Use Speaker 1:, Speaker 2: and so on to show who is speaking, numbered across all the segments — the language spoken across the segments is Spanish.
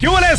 Speaker 1: tardes,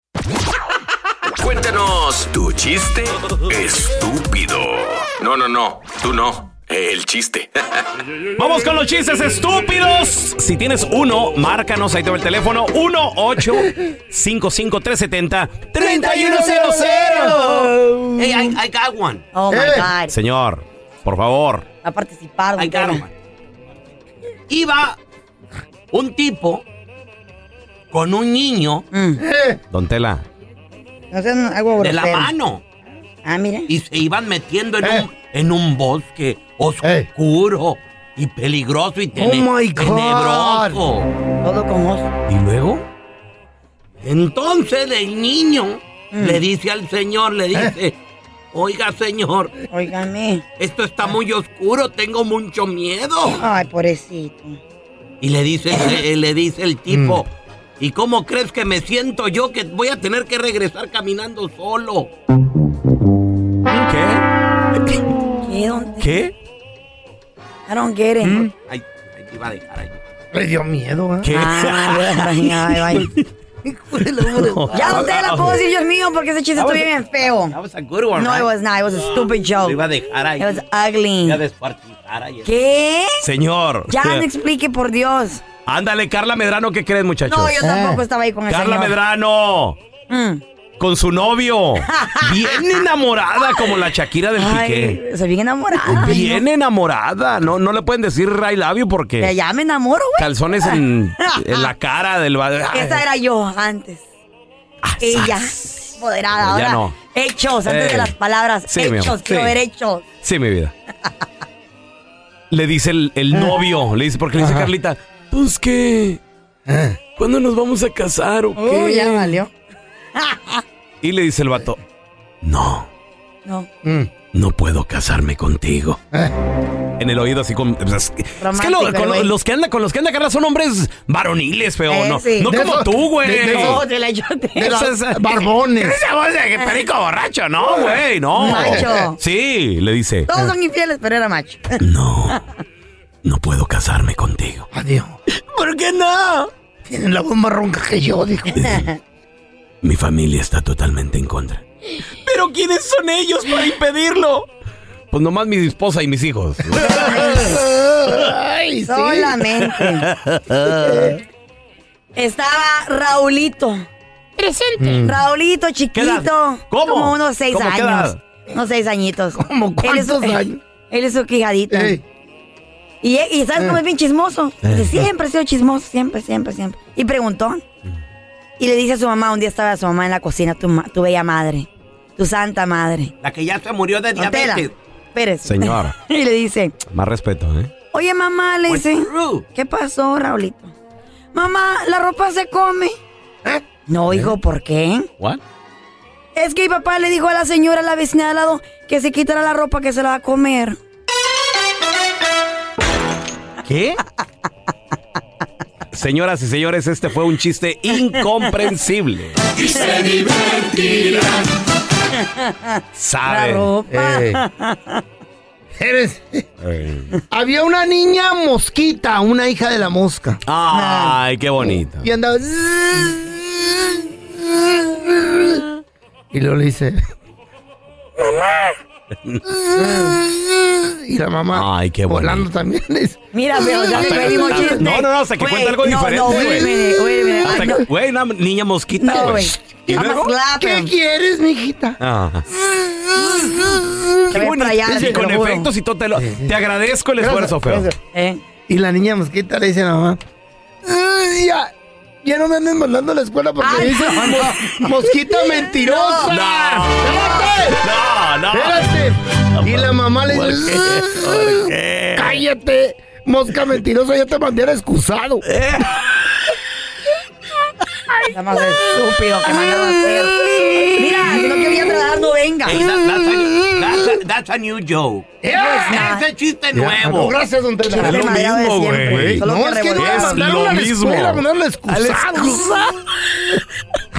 Speaker 2: Cuéntanos tu chiste estúpido. No, no, no, tú no. El chiste.
Speaker 1: Vamos con los chistes estúpidos. Si tienes uno, márcanos, ahí te va el teléfono. 1 8 55 370 3100
Speaker 3: Hey, I,
Speaker 4: Mm.
Speaker 3: I got one.
Speaker 5: Oh,
Speaker 4: Eh.
Speaker 5: my God.
Speaker 1: Señor, por favor.
Speaker 5: Va a participar. don
Speaker 3: I got
Speaker 5: Tela.
Speaker 3: one. Iba un tipo con un niño
Speaker 5: Mm.
Speaker 4: Eh,
Speaker 1: Don Tela.
Speaker 5: No sean algo
Speaker 3: de la
Speaker 5: grosero.
Speaker 3: mano
Speaker 5: Ah, mire.
Speaker 3: y se iban metiendo en,
Speaker 4: Eh.
Speaker 3: un, en un bosque
Speaker 4: Eh.
Speaker 3: oscuro y peligroso y tene-
Speaker 4: Oh, my God.
Speaker 3: tenebroso.
Speaker 5: Todo con vos.
Speaker 3: ¿Y luego? Entonces el niño
Speaker 5: Mm.
Speaker 3: le dice al señor,
Speaker 4: Eh.
Speaker 3: le dice, oiga señor,
Speaker 5: Óigame.
Speaker 3: esto está muy oscuro, tengo mucho miedo.
Speaker 5: Ay, pobrecito.
Speaker 3: Y le dice, le, le dice el
Speaker 5: Mm.
Speaker 3: tipo, ¿y cómo crees que me siento yo que voy a tener que regresar caminando solo?
Speaker 1: ¿Qué?
Speaker 5: ¿Qué? ¿Dónde?
Speaker 1: ¿Qué?
Speaker 5: I don't get it.
Speaker 3: Ay, ay, te iba a dejar ahí.
Speaker 4: Le dio miedo, ¿eh?
Speaker 1: ¿Qué?
Speaker 5: Ah, ay, ay, ay. Ya no te la puedo decir yo es mío porque ese chiste estuvo bien feo.
Speaker 3: That was a good one,
Speaker 5: No,
Speaker 3: right?
Speaker 5: it was not. It was a stupid
Speaker 3: Lo
Speaker 5: joke.
Speaker 3: iba a dejar ahí.
Speaker 5: It was
Speaker 3: Lo iba a
Speaker 5: ugly.
Speaker 3: descuartizar ahí.
Speaker 5: ¿Qué?
Speaker 1: Señor.
Speaker 5: Ya no explique, por Dios.
Speaker 1: Ándale, Carla Medrano, ¿qué crees, muchachos?
Speaker 5: No, yo tampoco estaba ahí con el
Speaker 1: Eh. Carla
Speaker 5: señor.
Speaker 1: Medrano.
Speaker 5: Mm.
Speaker 1: Con su novio. Bien enamorada como la Shakira del Piqué.
Speaker 5: Ay, soy bien enamorada.
Speaker 1: Bien enamorada. No, no le pueden decir Ray Labio
Speaker 5: Ya,
Speaker 1: porque
Speaker 5: ya me enamoro, güey.
Speaker 1: calzones en, en la cara del va- Ay,
Speaker 5: Esa era yo antes. Ella, moderada. Ahora,
Speaker 1: Ya no.
Speaker 5: hechos, antes
Speaker 1: Eh.
Speaker 5: de las palabras.
Speaker 1: Sí, mi amor,
Speaker 5: hechos, quiero
Speaker 1: sí.
Speaker 5: ver hechos.
Speaker 1: Sí, mi vida. Le dice el, el novio, le dice, porque le dice Carlita, pues qué, ¿cuándo nos vamos a casar
Speaker 5: Oh,
Speaker 1: o qué?
Speaker 5: valió.
Speaker 1: Y le dice el vato, no,
Speaker 5: No,
Speaker 1: no puedo casarme contigo.
Speaker 4: Eh,
Speaker 1: En el oído así con... Es que, es que lo-
Speaker 5: Romántico,
Speaker 1: con lo-
Speaker 5: güey.
Speaker 1: los que andan con los que anda Carla son hombres varoniles, feo,
Speaker 5: Eh,
Speaker 1: no,
Speaker 5: sí.
Speaker 1: no
Speaker 4: De
Speaker 1: como
Speaker 4: esos-
Speaker 1: tú, güey.
Speaker 4: de- de esos-
Speaker 5: no, te la yo te-
Speaker 4: De
Speaker 1: Eso
Speaker 4: los
Speaker 1: es-
Speaker 4: barbones.
Speaker 1: Esa voz de perico borracho, no, güey, no.
Speaker 5: Macho.
Speaker 1: Sí, le dice.
Speaker 5: Todos son infieles, pero era macho.
Speaker 1: No, no puedo casarme contigo.
Speaker 4: Adiós.
Speaker 1: ¿Por qué no?
Speaker 4: Tienen la voz más ronca que yo, dijo.
Speaker 1: Mi familia está totalmente en contra. ¿Pero quiénes son ellos para impedirlo? Pues nomás mi esposa y mis hijos.
Speaker 4: Ay, sí.
Speaker 5: Solamente. Estaba Raulito. Presente. Raulito,
Speaker 1: ¿Qué
Speaker 5: chiquito.
Speaker 1: edad? ¿Cómo?
Speaker 5: Como unos seis
Speaker 1: ¿Cómo qué
Speaker 5: años.
Speaker 1: edad?
Speaker 5: Unos seis añitos.
Speaker 4: ¿Cómo
Speaker 5: Él es su- eh,
Speaker 4: cuántos años?
Speaker 5: Él es su quijadito.
Speaker 4: Ey,
Speaker 5: Y, y ¿sabes cómo es bien chismoso? Dice, siempre ha sido chismoso, siempre, siempre, siempre. Y preguntó. Y le dice a su mamá, un día estaba su mamá en la cocina, tu, ma- tu bella madre, tu santa madre.
Speaker 3: La que ya se murió de
Speaker 5: Don Tela,
Speaker 3: diabetes.
Speaker 5: espérese.
Speaker 1: Señor.
Speaker 5: y le dice,
Speaker 1: Más respeto, ¿eh?
Speaker 5: oye mamá, le
Speaker 3: What's
Speaker 5: dice,
Speaker 3: Pues, true?
Speaker 5: ¿qué pasó, Raulito? Mamá, la ropa se come.
Speaker 1: ¿Eh?
Speaker 5: No, hijo, ¿por qué?
Speaker 1: ¿What?
Speaker 5: Es que mi papá le dijo a la señora, a la vecina de al lado, que se quitara la ropa que se la va a comer.
Speaker 1: ¿Qué? Señoras y señores, este fue un chiste incomprensible.
Speaker 2: Y se divertirán.
Speaker 5: La
Speaker 1: ¿Sabe?
Speaker 5: ropa.
Speaker 4: ey. Eres-
Speaker 1: Eh.
Speaker 4: Había una niña mosquita, una hija de la mosca.
Speaker 1: Ay, qué bonito.
Speaker 4: Y andaba. Y luego le dice. Mamá. Y la mamá.
Speaker 1: Ay, qué
Speaker 4: Volando
Speaker 1: bonito.
Speaker 4: también. le dice,
Speaker 5: Mira, pero ya
Speaker 4: Hasta-
Speaker 5: me venimos
Speaker 4: hasta-
Speaker 5: chiste.
Speaker 1: no, no, no, hasta que
Speaker 5: Güey,
Speaker 1: cuente algo
Speaker 5: No, no,
Speaker 1: diferente,
Speaker 5: wait a
Speaker 1: güey.
Speaker 5: minute, wait a minute.
Speaker 1: Hasta
Speaker 5: Ay,
Speaker 1: que- Güey, una niña mosquita.
Speaker 5: No,
Speaker 1: güey.
Speaker 5: güey.
Speaker 1: ¿Y
Speaker 5: Jamás
Speaker 1: luego?
Speaker 5: clap
Speaker 4: ¿Qué
Speaker 5: him.
Speaker 4: quieres, mijita?
Speaker 1: Ah.
Speaker 5: Te ves para allá,
Speaker 1: Y
Speaker 5: te
Speaker 1: con
Speaker 5: lo juro.
Speaker 1: efectos y todo te lo- Te agradezco el esfuerzo, feo.
Speaker 4: Gracias.
Speaker 5: Eh,
Speaker 4: Y la niña mosquita le dice a la mamá. "Ay, Ya, ya no me anden mandando a la escuela porque me
Speaker 5: Ay,
Speaker 4: dicen "Mos- mosquita mentirosa.
Speaker 1: No. No, no.
Speaker 4: Espérate. Y la mamá le
Speaker 1: ¿Por
Speaker 4: dice,
Speaker 1: qué? ¿Por qué?
Speaker 4: cállate, mosca mentirosa, ya te mandé al excusado.
Speaker 5: Está más estúpido que me lo va a hacer. Mira, si no quería trabajar, no venga.
Speaker 3: Hey, that- that's a new joke.
Speaker 5: it's not.
Speaker 3: ese chiste nuevo.
Speaker 4: No, gracias, don Tela.
Speaker 1: Es
Speaker 5: Chiste
Speaker 1: lo
Speaker 5: madreado de
Speaker 1: mismo,
Speaker 5: siempre,
Speaker 1: güey.
Speaker 5: solo
Speaker 4: No, es que no
Speaker 5: revolcado.
Speaker 4: la
Speaker 1: Es
Speaker 4: mandaron
Speaker 1: lo
Speaker 4: a la
Speaker 1: mismo.
Speaker 4: escuela, mandaron a la excusada.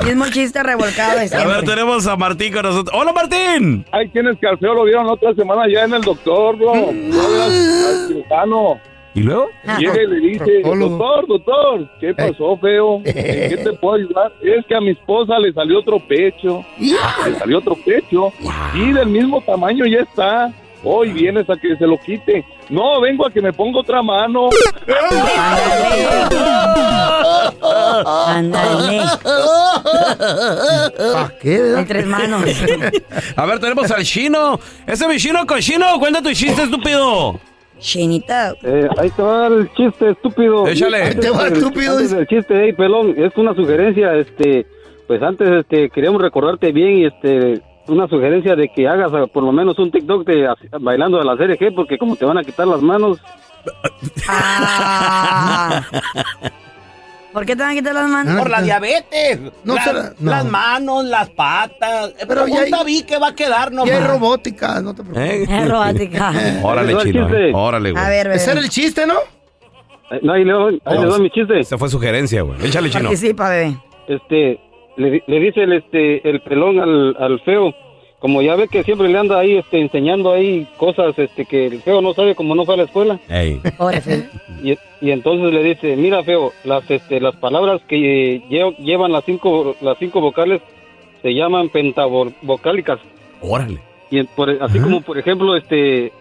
Speaker 5: Mismo chiste revolcado de
Speaker 1: A ver,
Speaker 5: siempre.
Speaker 1: tenemos a Martín con nosotros. ¡Hola, Martín!
Speaker 6: Hay quienes que al feo lo vieron otra semana ya en el doctor, bro. Ya verás, al cirujano.
Speaker 1: ¿Y luego?
Speaker 6: Llega y le dice,
Speaker 4: Proctólogo.
Speaker 6: doctor, doctor, ¿qué pasó, feo? ¿En qué te puedo ayudar? Es que a mi esposa le salió otro pecho. Le salió otro pecho. Y del mismo tamaño ya está. Hoy vienes a que se lo quite. No, vengo a que me ponga otra mano.
Speaker 1: ¡Ah!
Speaker 5: Ándale.
Speaker 4: ¿Para qué, verdad?
Speaker 5: En tres manos.
Speaker 1: A ver, tenemos al chino. Ese mi chino cochino, cuenta tu chiste, estúpido.
Speaker 5: Chinita.
Speaker 6: Eh, ahí te va el chiste estúpido.
Speaker 1: Échale.
Speaker 6: Antes
Speaker 4: Ahí te va,
Speaker 6: del-
Speaker 4: estúpido,
Speaker 6: antes
Speaker 4: dice.
Speaker 6: del chiste, hey, pelón, es una sugerencia, este, pues antes, este, queríamos recordarte bien y, este, una sugerencia de que hagas ah, por lo menos un TikTok de as- bailando a la serie G, porque como te van a quitar las manos.
Speaker 5: Ah. ¿Por qué te van a quitar las manos?
Speaker 3: Por la diabetes.
Speaker 4: No
Speaker 3: Las-
Speaker 4: será- no.
Speaker 3: Las manos, las patas.
Speaker 4: Pero
Speaker 3: Pero
Speaker 4: ya hay-
Speaker 3: ya vi que va a quedar
Speaker 4: Ya hay
Speaker 3: nomás.
Speaker 4: robótica, no te
Speaker 1: ¿Eh?
Speaker 4: preocupes.
Speaker 5: Es robótica. A
Speaker 1: Órale,
Speaker 6: Ahí va el
Speaker 1: chino.
Speaker 6: chiste.
Speaker 1: eh. Órale, güey.
Speaker 5: ver,
Speaker 4: Ese era
Speaker 5: bebé.
Speaker 4: el chiste, ¿no?
Speaker 6: Eh, No, ahí le doy- ahí le doy mi chiste.
Speaker 1: Esa fue sugerencia, güey. Échale, chino.
Speaker 5: Participa, bebé.
Speaker 6: este le, di- le dice el este el pelón al, al feo como ya ve que siempre le anda ahí este enseñando ahí cosas este que el feo no sabe como no fue a la escuela
Speaker 1: Ey.
Speaker 5: Pobre fe.
Speaker 6: y, y entonces le dice mira feo las este las palabras que eh, lle- llevan las cinco las cinco vocales se llaman pentavocálicas
Speaker 1: Órale.
Speaker 6: y en- por- así como por ejemplo este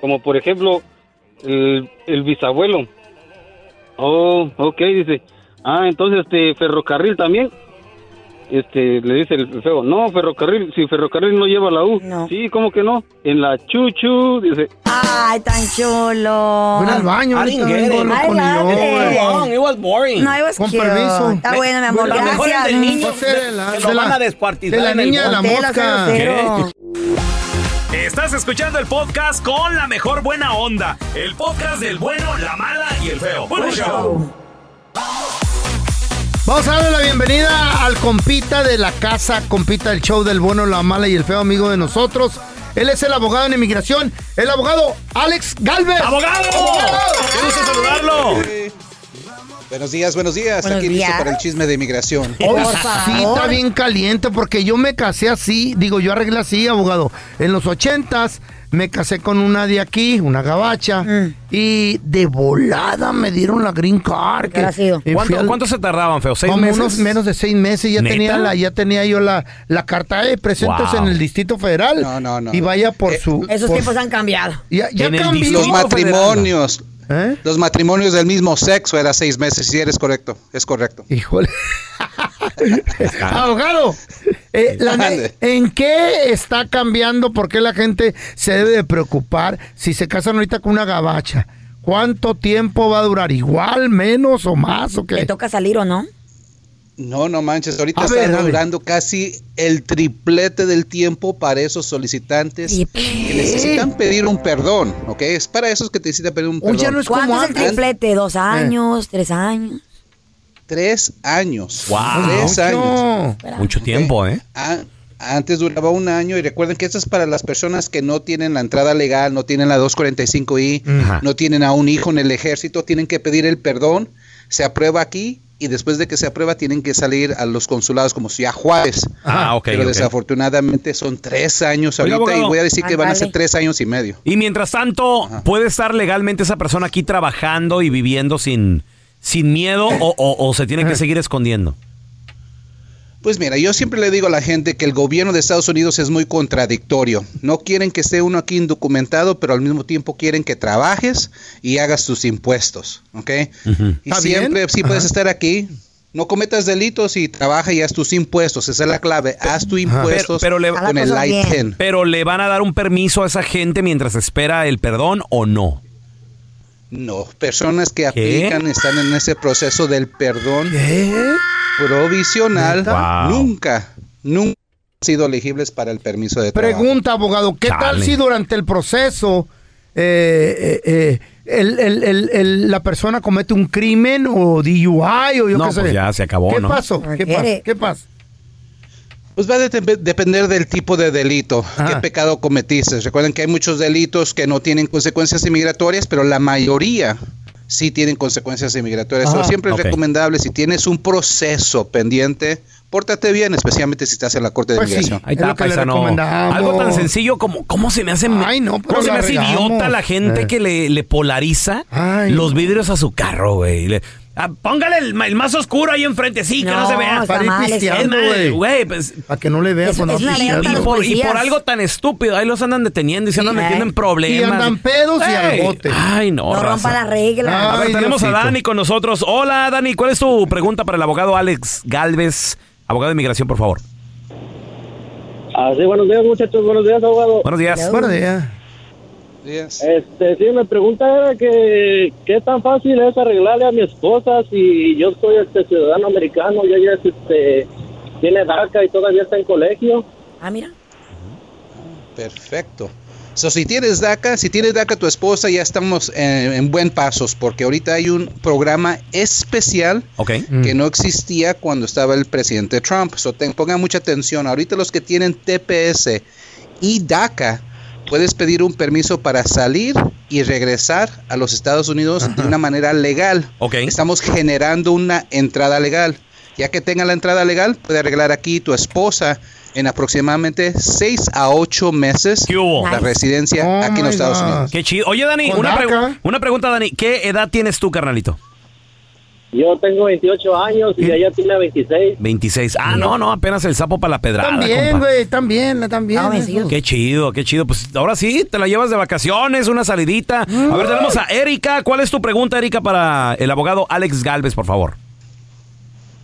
Speaker 6: como por ejemplo el, el bisabuelo oh ok dice ah entonces este ferrocarril también este le dice el feo no ferrocarril si ferrocarril no lleva la u
Speaker 5: No.
Speaker 6: sí cómo que no en la chuchu dice
Speaker 5: Ay, tan chulo.
Speaker 4: Voy al baño, ahorita
Speaker 3: Alguien
Speaker 4: vengo
Speaker 3: quiere.
Speaker 4: lo con
Speaker 5: Ay,
Speaker 4: yo,
Speaker 5: dale.
Speaker 4: güey.
Speaker 3: No, it was boring.
Speaker 5: No, it was
Speaker 4: Con
Speaker 5: cute.
Speaker 4: permiso.
Speaker 5: Está bueno, mi amor.
Speaker 3: La mejor es
Speaker 5: Gracias.
Speaker 3: del niño.
Speaker 4: Va a ser la-
Speaker 3: que
Speaker 4: de
Speaker 3: Pues lo
Speaker 4: la-
Speaker 3: van a descuartizar.
Speaker 4: de la
Speaker 3: en el
Speaker 4: niña a la
Speaker 3: bote.
Speaker 5: Tela,
Speaker 4: mosca.
Speaker 5: cero.
Speaker 1: Estás escuchando el podcast con la mejor buena onda. El podcast del bueno, la mala y el feo. Bueno, show.
Speaker 4: Vamos a darle la bienvenida al compita de la casa, compita del show del bueno, la mala y el feo amigo de nosotros. Él es el abogado en inmigración, el abogado Alex Galvez.
Speaker 1: ¡Abogado! ¡Qué gusto saludarlo!
Speaker 7: Buenos días, buenos días.
Speaker 5: Buenos
Speaker 7: Aquí listo
Speaker 5: días.
Speaker 7: para el chisme de inmigración.
Speaker 4: Hoy
Speaker 5: Por
Speaker 4: sí
Speaker 5: favor.
Speaker 4: está bien caliente porque yo me casé así, digo, yo arreglé así, abogado. En los ochentas me casé con una de aquí, una gabacha,
Speaker 5: Mm.
Speaker 4: y de volada me dieron la green card.
Speaker 5: Qué gracioso.
Speaker 4: y fui
Speaker 1: ¿Cuánto,
Speaker 4: al-
Speaker 1: cuánto se tardaban, feo? ¿Seis
Speaker 4: como
Speaker 1: meses?
Speaker 4: unos menos de seis meses ya
Speaker 1: ¿Neta?
Speaker 4: tenía la, ya tenía yo la, la carta de presentes
Speaker 1: Wow.
Speaker 4: en el Distrito Federal
Speaker 7: No, no, Eh, no.
Speaker 4: y vaya por su
Speaker 5: Esos
Speaker 4: por-
Speaker 5: tiempos han cambiado.
Speaker 4: ya, ya
Speaker 1: En el
Speaker 4: cambió.
Speaker 7: Los
Speaker 1: Sí,
Speaker 7: matrimonios.
Speaker 4: ¿Eh?
Speaker 7: Los matrimonios del mismo sexo era seis meses, si eres correcto. Es correcto.
Speaker 4: Híjole. Abogado, eh, la ne-
Speaker 7: Ande.
Speaker 4: ¿en qué está cambiando? ¿Por qué la gente se debe de preocupar si se casan ahorita con una gabacha? ¿Cuánto tiempo va a durar? ¿Igual, menos o más o
Speaker 5: ¿Te
Speaker 4: qué?
Speaker 5: toca salir o no?
Speaker 7: No, no manches. Ahorita
Speaker 4: A
Speaker 7: está
Speaker 4: ver, a ver.
Speaker 7: durando casi el triplete del tiempo para esos solicitantes
Speaker 5: Sí.
Speaker 7: que necesitan pedir un perdón, ¿ok? Es para esos que te necesitan pedir un
Speaker 4: Un ya
Speaker 7: perdón.
Speaker 4: no es como
Speaker 5: ¿Cuánto es el
Speaker 4: Pues, antes. Eh.
Speaker 5: triplete? ¿Dos años? ¿Tres años?
Speaker 7: Tres años.
Speaker 1: Wow.
Speaker 7: Tres años.
Speaker 4: No.
Speaker 1: Mucho tiempo, ¿eh?
Speaker 7: Ah, antes duraba un año y recuerden que esto es para las personas que no tienen la entrada legal, no tienen la 245i,
Speaker 1: Ajá.
Speaker 7: no tienen a un hijo en el ejército, tienen que pedir el perdón, se aprueba aquí y después de que se aprueba tienen que salir a los consulados como Ciudad Juárez.
Speaker 1: Ah, ok.
Speaker 7: Pero
Speaker 1: ok.
Speaker 7: desafortunadamente son tres años
Speaker 1: Oiga,
Speaker 7: ahorita y
Speaker 1: abogado.
Speaker 7: voy a decir que van a
Speaker 5: Ándale.
Speaker 7: ser tres años y medio.
Speaker 1: Y mientras tanto, ¿puede estar legalmente esa persona aquí trabajando y viviendo sin, sin miedo o, o- o se tiene que seguir escondiendo?
Speaker 7: Pues mira, yo siempre le digo a la gente que el gobierno de Estados Unidos es muy contradictorio. No quieren que esté uno aquí indocumentado, pero al mismo tiempo quieren que trabajes y hagas tus impuestos, ¿ok? Y
Speaker 4: ¿Está
Speaker 7: siempre,
Speaker 4: bien?
Speaker 7: si puedes estar aquí, no cometas delitos y trabaja y haz tus impuestos. Esa es la clave. Haz tus impuestos
Speaker 1: Pero- pero le-
Speaker 7: con el
Speaker 5: Haga cosas bien.
Speaker 7: ITIN.
Speaker 1: Pero ¿le van a dar un permiso a esa gente mientras espera el perdón o no?
Speaker 7: No, personas que aplican están en ese proceso del perdón
Speaker 4: ¿Eh?
Speaker 7: provisional.
Speaker 1: ¿Neta? Wow.
Speaker 7: Nunca, nunca han sido elegibles para el permiso de trabajo.
Speaker 4: Pregunta, abogado, ¿qué tal
Speaker 1: Chale.
Speaker 4: si durante el proceso eh, eh, eh, el- el- el- el- la persona comete un crimen o DUI o yo
Speaker 1: No,
Speaker 4: qué sé?
Speaker 1: pues ya se acabó,
Speaker 4: ¿Qué
Speaker 1: ¿no?
Speaker 4: pasó?
Speaker 5: Ah,
Speaker 4: ¿Qué
Speaker 5: quiere.
Speaker 4: pasó? ¿Qué pasó?
Speaker 7: Pues va a depe- depender del tipo de delito, qué pecado cometiste. Recuerden que hay muchos delitos que no tienen consecuencias inmigratorias, pero la mayoría sí tienen consecuencias inmigratorias. So, siempre es
Speaker 1: Ok.
Speaker 7: recomendable, si tienes un proceso pendiente, pórtate bien, especialmente si estás en la Corte de
Speaker 4: Pues sí.
Speaker 7: Inmigración.
Speaker 1: Ahí
Speaker 4: Es
Speaker 1: está,
Speaker 4: lo que le
Speaker 1: paisano.
Speaker 4: recomendamos.
Speaker 1: Algo tan sencillo como cómo se me hace,
Speaker 4: Ay, no, pero
Speaker 1: cómo se
Speaker 4: la
Speaker 1: me hace
Speaker 4: regamos.
Speaker 1: idiota la gente
Speaker 4: Eh.
Speaker 1: que le, le polariza
Speaker 4: Ay,
Speaker 1: los vidrios a su carro, güey. Le- ah, póngale el, ma- el más oscuro ahí enfrente, sí, que no
Speaker 5: No,
Speaker 1: se vea.
Speaker 5: está
Speaker 4: Para ir
Speaker 5: mal, es-
Speaker 1: Es
Speaker 4: pisteando,
Speaker 1: más,
Speaker 4: güey.
Speaker 1: güey, pues,
Speaker 4: Para que no le vean
Speaker 5: Es-
Speaker 4: cuando
Speaker 5: es la
Speaker 4: va
Speaker 5: alerta
Speaker 1: y,
Speaker 5: Los
Speaker 4: pisteando.
Speaker 1: por, y
Speaker 5: policías.
Speaker 1: por algo tan estúpido, ahí los andan deteniendo y se andan
Speaker 5: Sí,
Speaker 1: metiendo
Speaker 5: eh.
Speaker 1: en problemas.
Speaker 4: Y andan pedos y al
Speaker 1: Ey,
Speaker 4: bote.
Speaker 1: Ay,
Speaker 5: No
Speaker 1: no.
Speaker 5: rompa
Speaker 1: Oh, raza.
Speaker 5: la
Speaker 1: Ah.
Speaker 5: regla.
Speaker 1: A ver,
Speaker 4: Ay,
Speaker 1: tenemos a
Speaker 4: Diosito.
Speaker 1: Dani con nosotros. Hola, Dani, ¿cuál es tu pregunta para el abogado Alex Galvez, abogado de inmigración, por favor?
Speaker 6: Ah, sí, buenos días, muchachos. Buenos días, abogado.
Speaker 1: Buenos días.
Speaker 4: Buenos días.
Speaker 7: Yes.
Speaker 6: Este, sí, mi pregunta era que qué tan fácil es arreglarle a mi esposa si yo soy este ciudadano americano y ella es, este tiene DACA y todavía está en colegio.
Speaker 5: Ah, mira.
Speaker 7: Perfecto. So, si tienes DACA, si tienes DACA tu esposa, ya estamos eh, en buen pasos, porque ahorita hay un programa especial
Speaker 1: Ok.
Speaker 7: que no existía cuando estaba el presidente Trump. So, ten- pongan mucha atención. Ahorita los que tienen TPS y DACA, puedes pedir un permiso para salir y regresar a los Estados Unidos de una manera legal.
Speaker 1: Ok.
Speaker 7: Estamos generando una entrada legal. Ya que tenga la entrada legal, puede arreglar aquí tu esposa en aproximadamente 6 a 8 meses
Speaker 1: ¿Qué hubo?
Speaker 7: la
Speaker 5: Nice.
Speaker 7: residencia
Speaker 4: Oh
Speaker 7: aquí en
Speaker 4: my
Speaker 7: los Estados
Speaker 4: God.
Speaker 7: Unidos.
Speaker 1: Qué chido. Oye, Dani,
Speaker 4: Con
Speaker 1: una,
Speaker 4: DACA.
Speaker 1: pregu- una pregunta, Dani. ¿Qué edad tienes tú, carnalito?
Speaker 6: Yo tengo 28 años y ella tiene 26.
Speaker 1: 26. Ah, no, no, apenas el sapo para la pedrada.
Speaker 4: También,
Speaker 1: compa.
Speaker 4: güey, también, también.
Speaker 5: Ah,
Speaker 4: eso.
Speaker 1: Qué chido, qué chido. Pues ahora sí, te la llevas de vacaciones, una salidita. A ver, tenemos a Erika. ¿Cuál es tu pregunta, Erika, para el abogado Alex Galvez, por favor?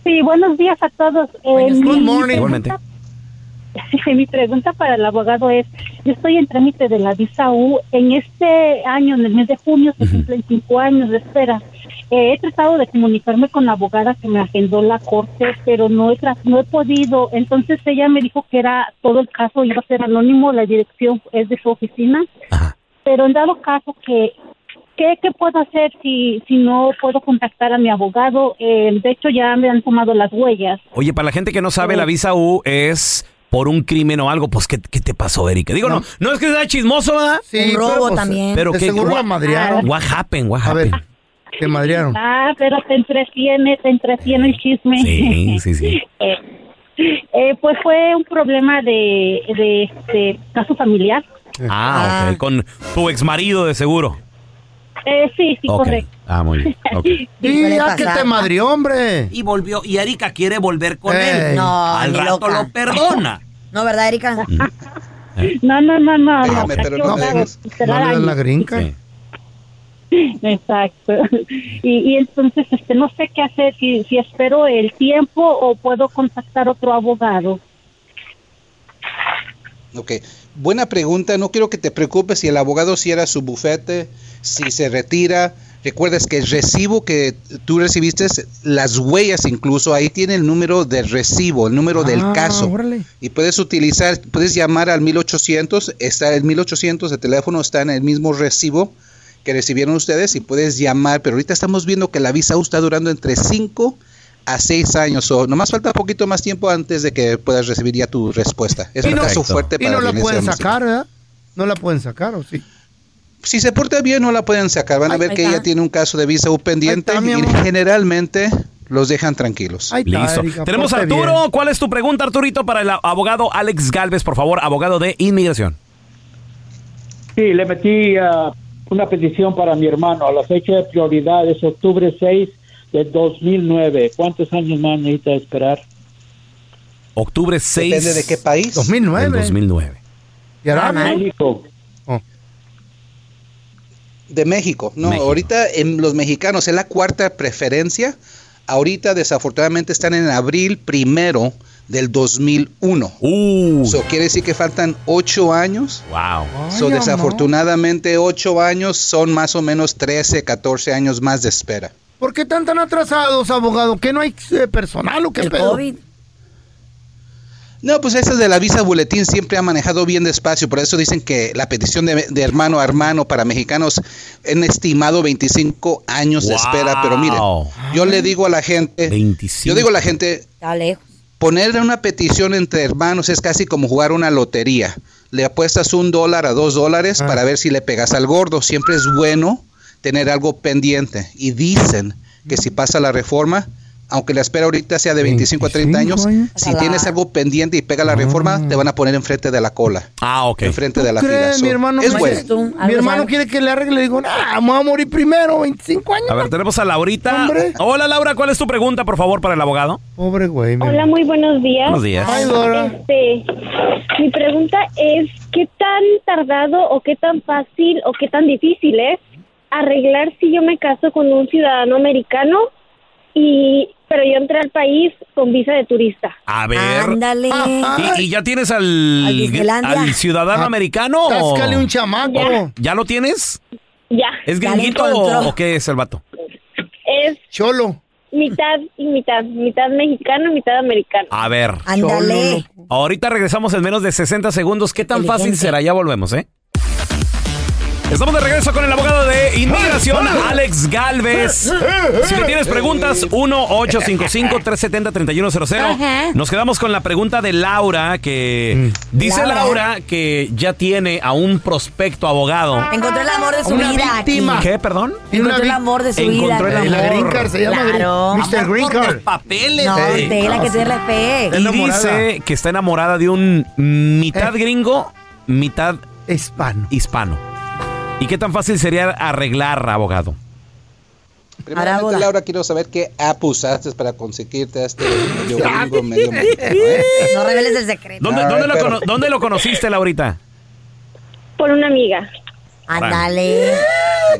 Speaker 8: Sí, buenos días a todos. Eh,
Speaker 5: Buenos
Speaker 8: mi,
Speaker 5: días.
Speaker 4: Good morning.
Speaker 1: Igualmente.
Speaker 8: mi pregunta para el abogado es, yo estoy en trámite de la visa U. En este año, en el mes de junio, se cumplen cinco años de espera. Eh, he tratado de comunicarme con la abogada que me agendó la corte, pero no he, tra- no he podido. Entonces ella me dijo que era todo el caso iba a ser anónimo, la dirección es de su oficina.
Speaker 1: Ajá.
Speaker 8: Pero en dado caso que ¿Qué, ¿Qué puedo hacer si, si no puedo contactar a mi abogado? Eh, de hecho, ya me han tomado las huellas.
Speaker 1: Oye, para la gente que no sabe, la visa U es por un crimen o algo. Pues, ¿qué, qué te pasó, Erika? Digo, no, no, es que sea chismoso, ¿verdad?
Speaker 5: Un robo también.
Speaker 1: Pero
Speaker 4: de
Speaker 1: qué-
Speaker 4: seguro
Speaker 1: gua-
Speaker 4: la madrearon.
Speaker 1: What happened, what
Speaker 4: A ver,
Speaker 1: happened.
Speaker 4: te madrearon.
Speaker 8: Ah, pero te entretiene, te entretiene el chisme.
Speaker 1: Sí, sí, sí.
Speaker 8: Eh, eh, pues fue un problema de, de, este caso familiar.
Speaker 1: Ah, ok. Con tu ex marido, de seguro.
Speaker 8: Eh, sí, sí,
Speaker 1: Ok.
Speaker 8: correcto.
Speaker 1: Ah, muy bien. Ok.
Speaker 4: Y
Speaker 5: Suele
Speaker 4: ya que
Speaker 5: pasar.
Speaker 4: te madrió, hombre.
Speaker 3: Y volvió, y Erika quiere volver con
Speaker 4: Ey.
Speaker 3: él.
Speaker 5: No,
Speaker 3: Al
Speaker 5: ni
Speaker 3: rato
Speaker 5: loca.
Speaker 3: lo perdona.
Speaker 5: No, ¿verdad, Erika?
Speaker 8: No, no, no, no. no,
Speaker 7: Déjame, pero no
Speaker 8: aquí
Speaker 7: me
Speaker 8: hago
Speaker 7: dejes.
Speaker 8: literal
Speaker 4: No le das la
Speaker 8: años.
Speaker 4: grinca.
Speaker 1: Sí.
Speaker 8: Exacto. Y, y entonces este, no sé qué hacer, si, si espero el tiempo o puedo contactar otro abogado.
Speaker 7: Ok, buena pregunta. No quiero que te preocupes si el abogado cierra su bufete, si se retira. Recuerdas que el recibo que tú recibiste, las huellas incluso, ahí tiene el número del recibo, el número del
Speaker 4: Ah,
Speaker 7: caso.
Speaker 4: órale.
Speaker 7: Y puedes utilizar, puedes llamar al 1800, está el 1800, el teléfono está en el mismo recibo que recibieron ustedes y puedes llamar, pero ahorita estamos viendo que la visa U está durando entre 5 a 6 años, o nomás falta poquito más tiempo antes de que puedas recibir ya tu respuesta. Es
Speaker 4: Y
Speaker 7: un
Speaker 4: no-
Speaker 7: caso fuerte
Speaker 4: Y
Speaker 7: para
Speaker 4: no la
Speaker 7: violencia
Speaker 4: pueden
Speaker 7: doméstica.
Speaker 4: sacar, ¿verdad? No la pueden sacar, ¿o sí?
Speaker 7: Si se porta bien, no la pueden sacar. Van a
Speaker 5: Ay,
Speaker 7: ver
Speaker 5: ahí
Speaker 7: que
Speaker 5: está.
Speaker 7: ella tiene un caso de visa U pendiente
Speaker 4: Ahí está, mi
Speaker 7: y
Speaker 4: amor.
Speaker 7: generalmente los dejan tranquilos.
Speaker 4: Ahí está,
Speaker 1: Listo.
Speaker 4: Erika,
Speaker 1: Tenemos a
Speaker 4: ponte
Speaker 1: Arturo.
Speaker 4: bien.
Speaker 1: ¿Cuál es tu pregunta, Arturito, para el abogado Alex Galvez, por favor, abogado de inmigración?
Speaker 6: Sí, le metí ah, una petición para mi hermano. La fecha de prioridad es octubre 6 del 2009. ¿Cuántos años más necesita esperar?
Speaker 1: Octubre 6.
Speaker 7: Depende de qué país.
Speaker 4: 2009.
Speaker 1: del 2009.
Speaker 4: Y ahora,
Speaker 5: Ah,
Speaker 4: ¿no?
Speaker 6: México.
Speaker 4: Oh.
Speaker 7: De México. No,
Speaker 1: México.
Speaker 7: ahorita en los mexicanos es la cuarta preferencia. Ahorita desafortunadamente están en abril primero del 2001.
Speaker 1: Uh,
Speaker 7: Eso quiere decir que faltan ocho años.
Speaker 1: wow.
Speaker 4: Ay,
Speaker 7: So,
Speaker 4: amor.
Speaker 7: desafortunadamente ocho años son más o menos 13, 14 años más de espera.
Speaker 4: ¿Por qué están tan atrasados, abogado? ¿Que no hay eh, personal o qué
Speaker 5: El
Speaker 4: pedo?
Speaker 5: COVID.
Speaker 7: No, pues esas de la visa boletín siempre ha manejado bien despacio, por eso dicen que la petición de, de hermano a hermano para mexicanos han estimado 25 años de espera, pero miren,
Speaker 1: Wow.
Speaker 7: yo le digo a la gente,
Speaker 1: 25.
Speaker 7: yo digo a la gente,
Speaker 5: Está lejos.
Speaker 7: Poner una petición entre hermanos es casi como jugar una lotería. Le apuestas un dólar a dos dólares para ver si le pegas al gordo. Siempre es bueno tener algo pendiente. Y dicen que si pasa la reforma, aunque la espera ahorita sea de 25 a 30 años,
Speaker 4: 25 años.
Speaker 7: si tienes algo pendiente y pega la reforma, te van a poner enfrente de la cola,
Speaker 1: Ah, ok.
Speaker 7: enfrente de la
Speaker 4: ¿Tú
Speaker 7: fila.
Speaker 4: crees,
Speaker 7: So,
Speaker 4: mi hermano?
Speaker 7: es
Speaker 4: me-
Speaker 7: bueno.
Speaker 5: Tú,
Speaker 4: Mi
Speaker 5: algo
Speaker 4: hermano
Speaker 5: sabe.
Speaker 4: quiere que le arregle. Le digo, ah, me voy a morir primero, 25 años.
Speaker 1: A ver, tenemos a Laurita.
Speaker 4: Hombre.
Speaker 1: Hola, Laura, ¿cuál es tu pregunta, por favor, para el abogado?
Speaker 4: Pobre güey. mi
Speaker 8: Hola,
Speaker 4: hermano.
Speaker 8: muy buenos días.
Speaker 1: Buenos días.
Speaker 4: Ay, Dora.
Speaker 8: Este, mi pregunta es, ¿qué tan tardado o qué tan fácil o qué tan difícil es arreglar si yo me caso con un ciudadano americano y pero yo entré al país con visa de turista?
Speaker 1: A ver. Ah,
Speaker 5: Ándale.
Speaker 1: ¿Y, y ya tienes al,
Speaker 5: Al Disneylandia.
Speaker 1: al ciudadano
Speaker 4: Ah,
Speaker 1: americano? o-
Speaker 4: Táscale un chamaco.
Speaker 1: ¿Ya lo tienes?
Speaker 8: Ya,
Speaker 1: ¿Es
Speaker 5: Ya le
Speaker 1: gringuito
Speaker 5: encontró.
Speaker 1: o, o qué es el vato?
Speaker 8: es
Speaker 4: Cholo.
Speaker 8: mitad y mitad, mitad mexicano, mitad americano.
Speaker 1: A ver.
Speaker 5: Ándale.
Speaker 4: Cholo,
Speaker 1: Ahorita regresamos en menos de 60 segundos. ¿Qué tan
Speaker 5: Inteligente.
Speaker 1: fácil será? Ya volvemos, ¿eh? Estamos de regreso con el abogado de inmigración, Alex Galvez. Si le tienes preguntas, 1-855-370-3100. Nos quedamos con la pregunta de Laura, que dice
Speaker 5: Laura.
Speaker 1: Laura que ya tiene a un prospecto abogado.
Speaker 5: Encontró el amor de su
Speaker 4: Una
Speaker 5: vida. aquí.
Speaker 4: víctima.
Speaker 1: ¿Qué, perdón?
Speaker 4: Tiene
Speaker 5: Encontró
Speaker 4: una
Speaker 5: el
Speaker 4: vi-
Speaker 5: amor de su vida.
Speaker 1: Encontró el
Speaker 4: La
Speaker 1: amor.
Speaker 4: Green Card se llama
Speaker 5: Claro.
Speaker 4: Green- Mr. Green Card.
Speaker 3: Papeles.
Speaker 5: No,
Speaker 3: eh.
Speaker 5: de la que tiene fe.
Speaker 1: Y
Speaker 4: enamorada.
Speaker 1: dice que está enamorada de un mitad
Speaker 4: Eh.
Speaker 1: gringo, mitad
Speaker 4: Hispano.
Speaker 1: hispano. ¿Y qué tan fácil sería arreglar, abogado?
Speaker 7: Primeramente,
Speaker 5: Arábula.
Speaker 7: Laura, quiero saber qué app usaste para conseguirte a este medio gringo, medio mexicano, ¿eh?
Speaker 5: No reveles el secreto.
Speaker 1: ¿Dónde,
Speaker 7: A ver,
Speaker 1: dónde lo,
Speaker 7: pero-
Speaker 1: cono- dónde lo conociste, Laurita?
Speaker 8: Por una amiga,
Speaker 5: Ándale.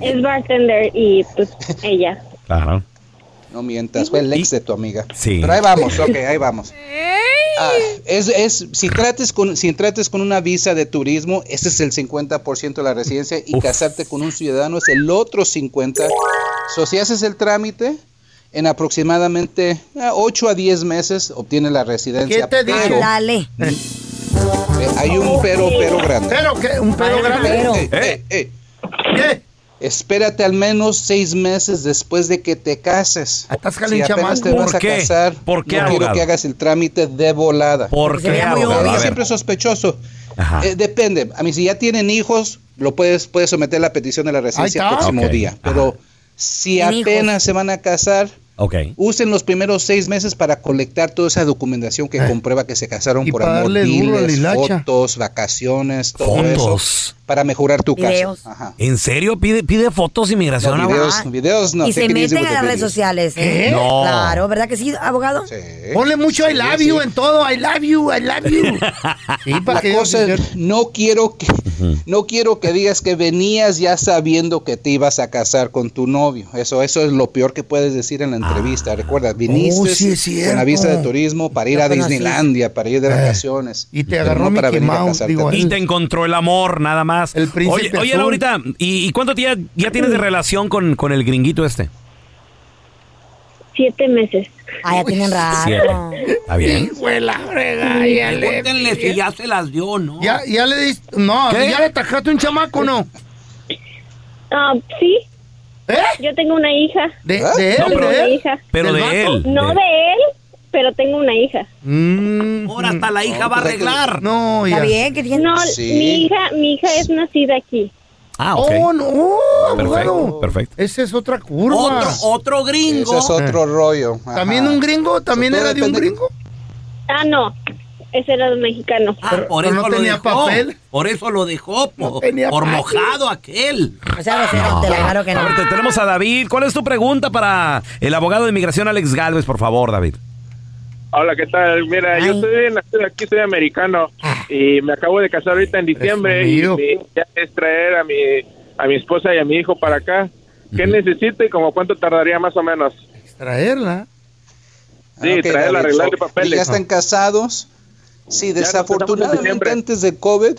Speaker 8: es bartender y pues ella.
Speaker 1: Claro.
Speaker 7: No mientas, fue el ex de tu amiga.
Speaker 1: Sí.
Speaker 7: Pero ahí vamos, ok, ahí vamos. Ah, es, es, si, trates con, si trates con una visa de turismo, ese es el 50% de la residencia y
Speaker 1: Uf.
Speaker 7: casarte con un ciudadano es el otro 50%. So, si haces el trámite, en aproximadamente 8 a 10 meses obtienes la residencia.
Speaker 4: ¿Qué te digo?
Speaker 7: Pero,
Speaker 5: Ándale.
Speaker 7: eh, hay un pero, pero grande.
Speaker 4: ¿Pero qué? ¿Un pedo
Speaker 5: Ay,
Speaker 4: grande?
Speaker 5: pero-
Speaker 7: Eh, eh, eh.
Speaker 4: ¿Qué?
Speaker 7: Espérate al menos seis meses después de que te cases.
Speaker 4: Atáscale
Speaker 7: si
Speaker 4: un
Speaker 7: apenas
Speaker 4: chamaco.
Speaker 7: te
Speaker 1: ¿Por
Speaker 7: vas
Speaker 1: qué?
Speaker 7: a casar,
Speaker 1: ¿Por qué,
Speaker 7: no
Speaker 1: abogado?
Speaker 7: quiero que hagas el trámite de volada.
Speaker 1: ¿Por
Speaker 5: Se
Speaker 1: qué,
Speaker 5: veía muy
Speaker 1: abogado?
Speaker 5: obvio.
Speaker 1: A
Speaker 7: Todavía
Speaker 1: ver.
Speaker 7: siempre es sospechoso.
Speaker 1: Ajá.
Speaker 7: Eh, depende. A mí, si ya tienen hijos, lo puedes, puedes someter la petición de la residencia
Speaker 4: Ahí
Speaker 7: el
Speaker 4: está.
Speaker 7: próximo
Speaker 1: Ok.
Speaker 7: día. Pero si
Speaker 5: Sin hijos.
Speaker 7: apenas se van a casar,
Speaker 1: Ok.
Speaker 7: usen los primeros seis meses para colectar toda esa documentación
Speaker 1: Eh.
Speaker 7: que comprueba que se casaron
Speaker 4: Y
Speaker 7: por
Speaker 4: para
Speaker 7: amor.
Speaker 4: darle duro a la
Speaker 7: Diles,
Speaker 4: hilacha.
Speaker 7: fotos, vacaciones, todo eso.
Speaker 1: Fotos.
Speaker 7: Para mejorar tu caso.
Speaker 5: Videos.
Speaker 7: Ajá.
Speaker 1: ¿En serio? ¿Pide, pide fotos
Speaker 7: No,
Speaker 1: inmigración? abogado?
Speaker 7: videos, videos no.
Speaker 5: y se
Speaker 7: take it easy with
Speaker 5: meten a
Speaker 7: the
Speaker 5: las redes
Speaker 7: videos.
Speaker 5: sociales.
Speaker 4: ¿Qué?
Speaker 5: ¿eh?
Speaker 1: No.
Speaker 5: Claro, ¿verdad que sí, abogado?
Speaker 7: Sí.
Speaker 4: Ponle mucho
Speaker 7: Eh,
Speaker 4: I
Speaker 7: Sí,
Speaker 4: love
Speaker 7: sí.
Speaker 4: you en todo. I love you, I love you. Sí, para
Speaker 7: La
Speaker 4: que
Speaker 7: cosa
Speaker 4: digas,
Speaker 7: es, no quiero que no quiero que digas que venías ya sabiendo que te ibas a casar con tu novio. Eso eso es lo peor que puedes decir en la entrevista. Recuerda, viniste
Speaker 4: Oh, sí es
Speaker 7: con
Speaker 4: cierto. Eh,
Speaker 7: la visa de turismo para ir
Speaker 5: Ah. Lo
Speaker 7: a
Speaker 5: conocí.
Speaker 7: Disneylandia, para ir de vacaciones.
Speaker 4: Y te
Speaker 7: pero
Speaker 4: agarró
Speaker 7: no para
Speaker 4: Mickey
Speaker 7: venir a
Speaker 4: Mouse.
Speaker 7: casarte.
Speaker 4: Digo,
Speaker 1: Y
Speaker 4: el-
Speaker 1: te encontró el amor, nada más.
Speaker 4: El príncipe
Speaker 1: Oye, oye
Speaker 4: azul.
Speaker 1: Laurita, ¿y, y cuánto ya, ya tienes de relación con, con el gringuito este?
Speaker 8: Siete meses.
Speaker 5: Ah, ya tienen rato.
Speaker 1: Siete. ¿Está bien?
Speaker 3: Pregúntenle si ya se las dio, ¿no?
Speaker 4: ya, ya le diste. No,
Speaker 1: ¿Qué?
Speaker 4: ya le atajaste un chamaco, ¿no?
Speaker 8: Ah, sí,
Speaker 4: ¿Eh?
Speaker 8: yo tengo una hija.
Speaker 4: ¿De,
Speaker 1: ¿Eh?
Speaker 4: de él?
Speaker 1: No, pero-
Speaker 4: ¿De
Speaker 8: Una
Speaker 4: él?
Speaker 8: hija.
Speaker 1: Pero de
Speaker 4: ¿Del vato?
Speaker 1: él.
Speaker 8: No
Speaker 1: de-
Speaker 8: de él, pero tengo una hija.
Speaker 4: Mm,
Speaker 3: Ahora hasta la hija va a
Speaker 7: pues hay que-
Speaker 3: arreglar.
Speaker 4: no, ya.
Speaker 5: Está bien, que tienen.
Speaker 8: No,
Speaker 7: Sí.
Speaker 8: mi hija, mi hija es nacida aquí.
Speaker 1: Ah, ok.
Speaker 4: Oh, no.
Speaker 1: Perfecto,
Speaker 4: abogado.
Speaker 1: perfecto.
Speaker 4: Esa es otra curva.
Speaker 3: Otro, otro
Speaker 7: Eso
Speaker 3: gringo.
Speaker 7: es otro rollo. Ajá.
Speaker 4: Eh. ¿También un gringo? ¿También
Speaker 7: Eso
Speaker 4: era de un
Speaker 7: depende-
Speaker 4: gringo?
Speaker 8: Ah, no, ese era un mexicano.
Speaker 3: Ah,
Speaker 4: Pero-
Speaker 3: por
Speaker 4: pero
Speaker 3: eso
Speaker 4: no
Speaker 3: lo
Speaker 4: tenía
Speaker 3: dejó.
Speaker 4: papel.
Speaker 3: Por eso lo dejó. po- Por,
Speaker 4: tenía papel.
Speaker 3: mojado aquel.
Speaker 5: O sea, grosero, te lo juro que
Speaker 1: A
Speaker 5: no.
Speaker 1: ver, te tenemos a David. ¿Cuál es tu pregunta para el abogado de inmigración Alex Galvez, por favor, David?
Speaker 9: Hola, ¿qué tal? Mira,
Speaker 5: Ay.
Speaker 9: yo soy nacido aquí, soy americano y me acabo de casar ahorita en diciembre y
Speaker 4: Presumido.
Speaker 9: mi idea es traer a mi, a mi esposa y a mi hijo para acá. ¿Qué necesito y como cuánto tardaría más o menos?
Speaker 4: Extraerla.
Speaker 9: Sí,
Speaker 7: Ah, ok,
Speaker 9: traerla,
Speaker 7: David,
Speaker 9: arreglar
Speaker 7: so,
Speaker 9: de papeles.
Speaker 7: ¿y ya están casados? Sí,
Speaker 9: nos casamos en
Speaker 7: desafortunadamente
Speaker 9: diciembre.
Speaker 7: antes del COVID,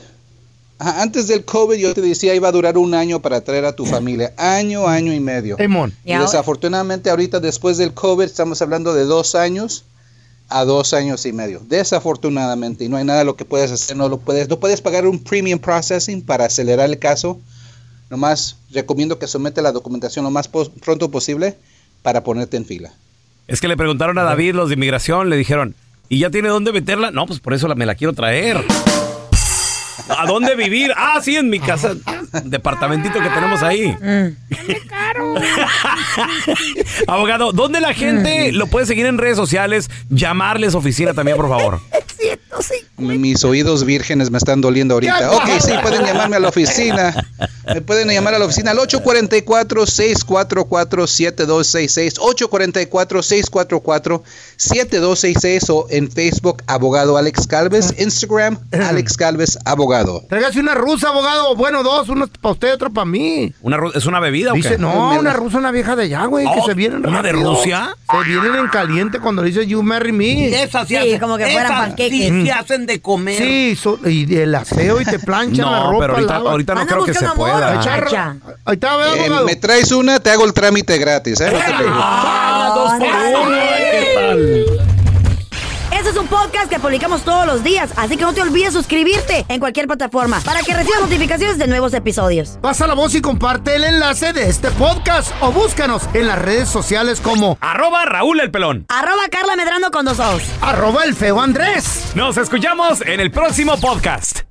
Speaker 7: ajá, antes del COVID yo te decía iba a durar un año para traer a tu familia, año, año y medio.
Speaker 4: Emon.
Speaker 5: Y
Speaker 7: Y
Speaker 5: ahora-
Speaker 7: desafortunadamente ahorita después del COVID estamos hablando de dos años a dos años y medio. Desafortunadamente, y no hay nada lo que puedes hacer, no lo puedes, no puedes pagar un premium processing para acelerar el caso. Nomás recomiendo que somete la documentación lo más pos- pronto posible para ponerte en fila.
Speaker 1: Es que le preguntaron a David los de inmigración, le dijeron, ¿Y ya tiene dónde meterla? No, pues por eso la, me la quiero traer. ¿A dónde vivir? Ah, sí, en mi casa. Departamentito que tenemos ahí. Abogado, ¿dónde la gente lo puede seguir en redes sociales? Llamarles oficina también, por favor.
Speaker 7: Mis oídos vírgenes me están doliendo ahorita. Ok, sí, pueden llamarme a la oficina. Me pueden llamar a la oficina al 844-644-7266. 844-644-7266 o en Facebook, abogado Alex Calves. Instagram, Alex Calves, abogado.
Speaker 4: Tráigase una rusa, abogado. Bueno, dos, una para usted, otra para mí.
Speaker 1: Una, ru- ¿Es una bebida o qué?
Speaker 4: Dice, no, una rusa, una vieja de allá, güey, que
Speaker 1: Oh,
Speaker 4: se vienen
Speaker 1: ¿una de
Speaker 4: rápido.
Speaker 1: Rusia?
Speaker 4: Se vienen en caliente cuando le dice you marry me.
Speaker 3: Esas
Speaker 5: Sí,
Speaker 3: se hacen,
Speaker 5: como que fueran
Speaker 3: esas
Speaker 5: panqueques.
Speaker 3: sí se hacen de comer.
Speaker 4: Sí, so- y el aseo y te planchan la
Speaker 1: No,
Speaker 4: ropa.
Speaker 1: pero ahorita,
Speaker 4: lavan.
Speaker 1: ahorita no
Speaker 5: Anda
Speaker 1: creo que se
Speaker 5: buscando amor,
Speaker 1: pueda.
Speaker 5: muchacho.
Speaker 4: Charro-
Speaker 5: Chacha.
Speaker 4: Ahí está, ¿verdad,
Speaker 7: Eh,
Speaker 4: abogado?
Speaker 7: me traes una, te hago el trámite gratis. ¿eh? No te preocupes.
Speaker 1: Ah, dos por uno. ay, ¿Qué tal?
Speaker 5: Este es un podcast que publicamos todos los días, así que no te olvides suscribirte en cualquier plataforma para que recibas notificaciones de nuevos episodios.
Speaker 4: Pasa la voz y comparte el enlace de este podcast o búscanos en las redes sociales como
Speaker 1: Arroba Raúl el pelón.
Speaker 5: Arroba Carla Medrano con dos ojos.
Speaker 4: arroba el feo Andrés.
Speaker 1: Nos escuchamos en el próximo podcast.